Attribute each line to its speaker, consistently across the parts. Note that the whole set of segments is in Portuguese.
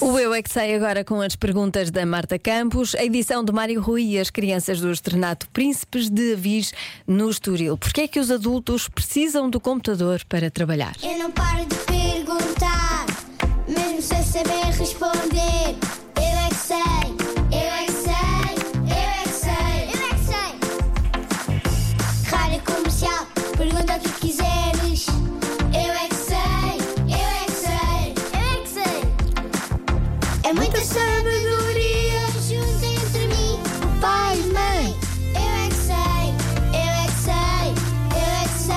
Speaker 1: O Eu é que sai agora com as perguntas da Marta Campos, a edição de Mário Rui e as crianças do Estrenato Príncipes de Avis no Estoril. Porquê é que os adultos precisam do computador para trabalhar?
Speaker 2: Eu não paro de perguntar, mesmo sem saber responder. Eu é que sei, eu é que sei, eu é que sei, eu é que sei. Rádio comercial, pergunta o que quiseres. Eu é que sei, eu é que sei, eu é que sei. É muita sabedoria junto entre mim, o pai e mãe. Eu é que sei, eu é que sei, eu é que sei.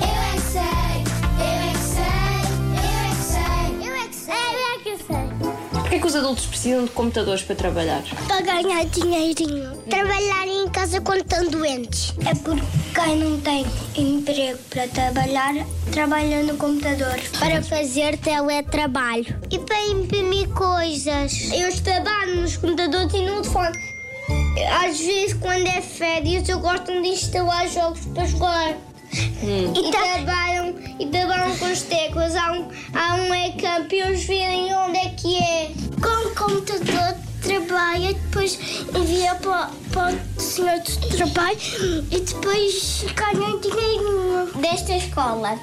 Speaker 2: Eu é que sei, eu é que sei, eu é que sei. Eu é que sei, eu é que sei.
Speaker 3: Porquê é que os adultos precisam de computadores para trabalhar?
Speaker 2: Para ganhar dinheirinho. Trabalhar em casa quando estão doentes. É porque quem não tem emprego para trabalhar, trabalha no computador. Para fazer teletrabalho. E para imprimir coisas. Eu trabalho nos computadores e no telefone. Às vezes, quando é férias, eu gosto de instalar jogos para jogar. E, trabalham, e trabalham com as teclas. Há um, há um ecrã para eles verem onde é que é. Com o computador trabalha, depois envia para, para o senhor do trabalho e depois ganha dinheiro desta escola.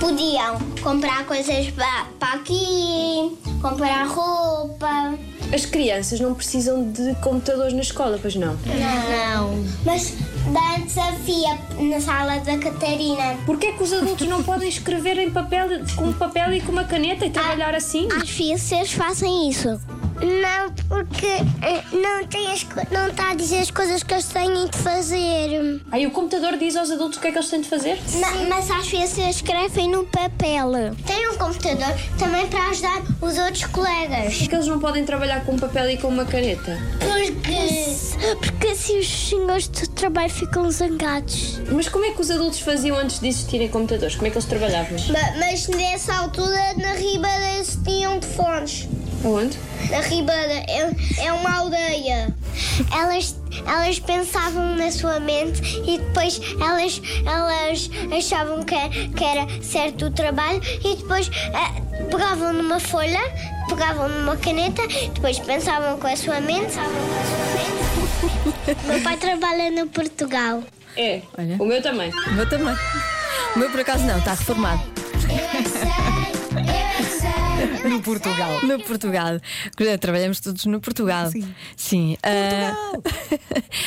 Speaker 2: Podiam comprar coisas para, para aqui, comprar roupa.
Speaker 3: As crianças não precisam de computadores na escola, pois não?
Speaker 2: Não. Mas dá desafio na sala da Catarina.
Speaker 3: Porquê é que os adultos não podem escrever em papel, com um papel e com uma caneta e trabalhar assim?
Speaker 2: As filhas fazem isso. Não, porque eh, não, tem as, co- não está a dizer as coisas que eles têm de fazer.
Speaker 3: Aí o computador diz aos adultos o que é que eles têm de fazer?
Speaker 2: mas às vezes escrevem no papel. Tem um computador também para ajudar os outros colegas.
Speaker 3: Porquê que eles não podem trabalhar com um papel e com uma caneta?
Speaker 2: Porque, porque assim os senhores do trabalho ficam zangados.
Speaker 3: Mas como é que os adultos faziam antes de existirem computadores? Como é que eles trabalhavam?
Speaker 2: Ma- Mas nessa altura na Ribeira existiam telefones.
Speaker 3: Onde?
Speaker 2: Na Ribeira é, é uma aldeia. Elas, elas pensavam na sua mente e depois elas, elas achavam que, que era certo o trabalho e depois eh, pegavam numa folha, pegavam numa caneta, depois pensavam com a sua mente. Meu pai trabalha no Portugal.
Speaker 3: É.
Speaker 1: Olha.
Speaker 3: O meu também.
Speaker 1: O meu também. O meu por acaso não, está reformado.
Speaker 4: No Portugal.
Speaker 1: No Portugal. Trabalhamos todos no Portugal. Sim. Sim. ah,